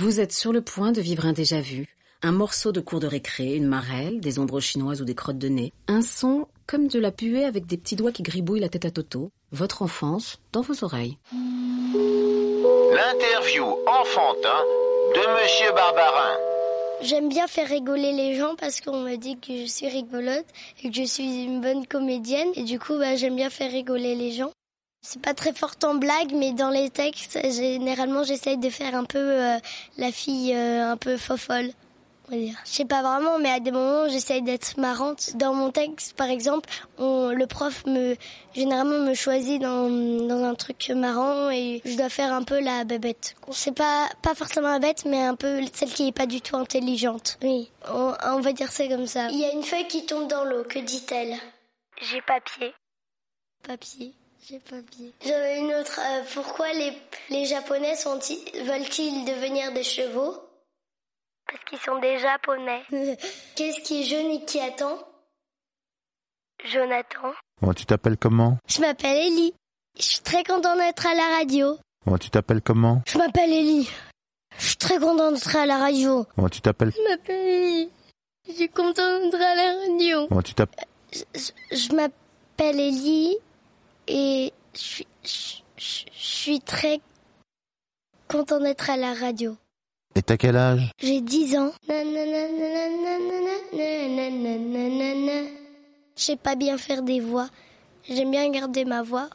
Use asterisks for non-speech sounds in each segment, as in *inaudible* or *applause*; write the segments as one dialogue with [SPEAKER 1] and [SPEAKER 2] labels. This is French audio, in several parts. [SPEAKER 1] Vous êtes sur le point de vivre un déjà-vu. Un morceau de cours de récré, une marelle, des ombres chinoises ou des crottes de nez. Un son comme de la puée avec des petits doigts qui gribouillent la tête à Toto. Votre enfance dans vos oreilles.
[SPEAKER 2] L'interview enfantin de Monsieur Barbarin.
[SPEAKER 3] J'aime bien faire rigoler les gens parce qu'on me dit que je suis rigolote et que je suis une bonne comédienne. Et du coup, bah, j'aime bien faire rigoler les gens. C'est pas très fort en blague, mais dans les textes, généralement, j'essaye de faire un peu euh, la fille euh, un peu fofolle. on va dire. Je sais pas vraiment, mais à des moments, j'essaye d'être marrante. Dans mon texte, par exemple, on- le prof me généralement me choisit dans, dans un truc marrant et je dois faire un peu la bébête. C'est pas pas forcément la bête, mais un peu celle qui est pas du tout intelligente. Oui, on, on va dire c'est comme ça. Il y a une feuille qui tombe dans l'eau. Que dit-elle J'ai papier. Papier. J'ai pas oublié. J'avais une autre. euh, pourquoi les, les Japonais sont veulent-ils devenir des chevaux Parce qu'ils sont des Japonais. *laughs* Qu'est-ce qui est jeune et qui attend Jonathan.
[SPEAKER 4] Bon, tu t'appelles comment
[SPEAKER 3] Je m'appelle Ellie. Je suis très contente d'être à la radio.
[SPEAKER 4] Bon, tu t'appelles comment
[SPEAKER 3] Je m'appelle Ellie. Je suis très contente d'être à la radio.
[SPEAKER 4] Bon, tu t'appelles
[SPEAKER 3] Je m'appelle Ellie. Je suis contente d'être à la radio.
[SPEAKER 4] Bon, tu t'appelles
[SPEAKER 3] Je, je m'appelle Ellie et je suis- je- je- je suis très contente d'être à la radio.
[SPEAKER 4] Et t'as quel âge
[SPEAKER 3] J'ai 10 ans. Je sais pas bien faire des voix. J'aime bien garder ma voix.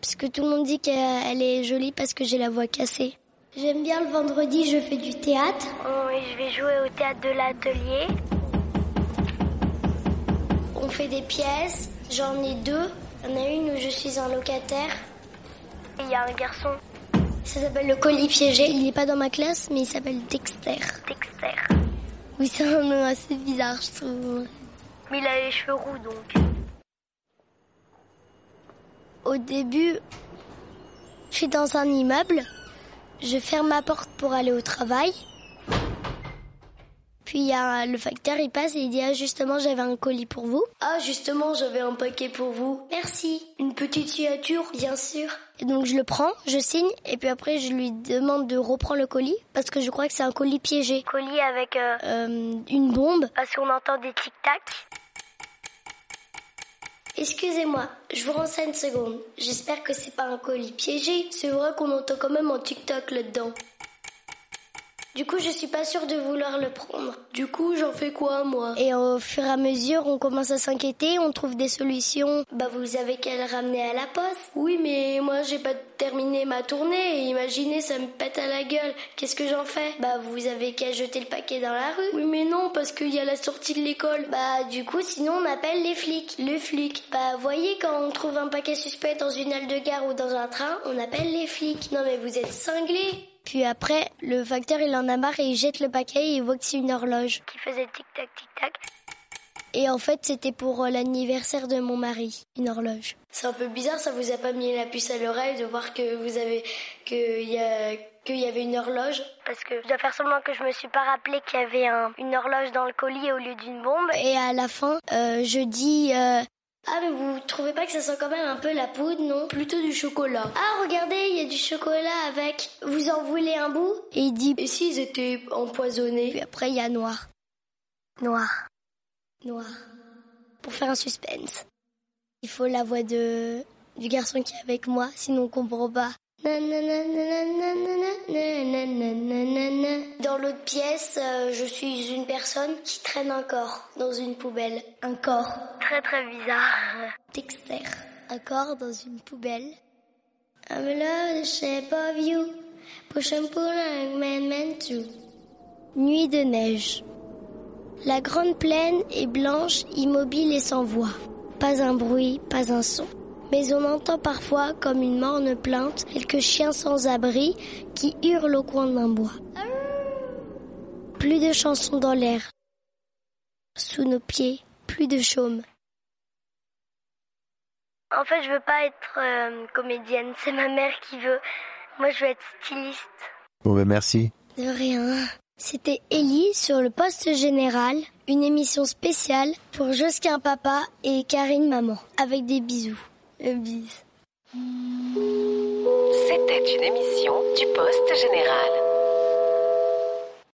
[SPEAKER 3] Parce que tout le monde dit qu'elle est jolie parce que j'ai la voix cassée. J'aime bien le vendredi, je fais du théâtre. je vais jouer au théâtre de l'atelier. On fait des pièces. J'en ai deux. Il y en a une où je suis un locataire. Et il y a un garçon ça s'appelle le colis piégé. Il n'est pas dans ma classe, mais il s'appelle Dexter. Dexter. Oui, c'est un nom assez bizarre, je trouve. Mais il a les cheveux roux, donc. Au début, je suis dans un immeuble. Je ferme ma porte pour aller au travail. Puis il y a le facteur, il passe et il dit Ah, justement, j'avais un colis pour vous. Ah, justement, j'avais un paquet pour vous. Merci. Une petite signature, bien sûr. Et donc je le prends, je signe, et puis après, je lui demande de reprendre le colis, parce que je crois que c'est un colis piégé. Colis avec une bombe. Parce qu'on entend des tic-tac. Excusez-moi, je vous renseigne une seconde. J'espère que c'est pas un colis piégé. C'est vrai qu'on entend quand même un tic-tac là-dedans. Du coup, je suis pas sûre de vouloir le prendre. Du coup, j'en fais quoi, moi Et au fur et à mesure, on commence à s'inquiéter, on trouve des solutions. Bah, vous avez qu'à le ramener à la poste. Oui, mais moi, j'ai pas terminé ma tournée. et Imaginez, ça me pète à la gueule. Qu'est-ce que j'en fais Bah, vous avez qu'à jeter le paquet dans la rue. Oui, mais non, parce qu'il y a la sortie de l'école. Bah, du coup, sinon, on appelle les flics. Le flic. Bah, voyez, quand on trouve un paquet suspect dans une halle de gare ou dans un train, on appelle les flics. Non, mais vous êtes cinglés puis après, le facteur, il en a marre et il jette le paquet et il voit que c'est une horloge. Qui faisait tic-tac, tic-tac. Et en fait, c'était pour euh, l'anniversaire de mon mari, une horloge. C'est un peu bizarre, ça vous a pas mis la puce à l'oreille de voir que vous avez. qu'il y, y avait une horloge Parce que je dois faire seulement que je me suis pas rappelé qu'il y avait une horloge dans le colis au lieu d'une bombe. Et à la fin, euh, je dis. euh, ah mais vous trouvez pas que ça sent quand même un peu la poudre, non Plutôt du chocolat. Ah regardez, il y a du chocolat avec. Vous en voulez un bout Et il dit Et s'ils étaient empoisonnés Puis après il y a noir. Noir. Noir. Pour faire un suspense. Il faut la voix de du garçon qui est avec moi, sinon on comprend pas. Dans l'autre pièce, euh, je suis une personne qui traîne un corps dans une poubelle. Un corps. Très très bizarre. Dexter. Un corps dans une poubelle. I'm love the shape of you. Push and pull like man meant to. Nuit de neige. La grande plaine est blanche, immobile et sans voix. Pas un bruit, pas un son. Mais on entend parfois, comme une morne plainte, quelques chiens sans abri qui hurlent au coin d'un bois. Plus de chansons dans l'air. Sous nos pieds, plus de chaume. En fait, je veux pas être euh, comédienne, c'est ma mère qui veut. Moi, je veux être styliste.
[SPEAKER 4] Bon, ben merci.
[SPEAKER 3] De rien. C'était Ellie sur le poste général, une émission spéciale pour Josquin Papa et Karine Maman, avec des bisous. Euh, bis.
[SPEAKER 5] C'était une émission du Poste Général.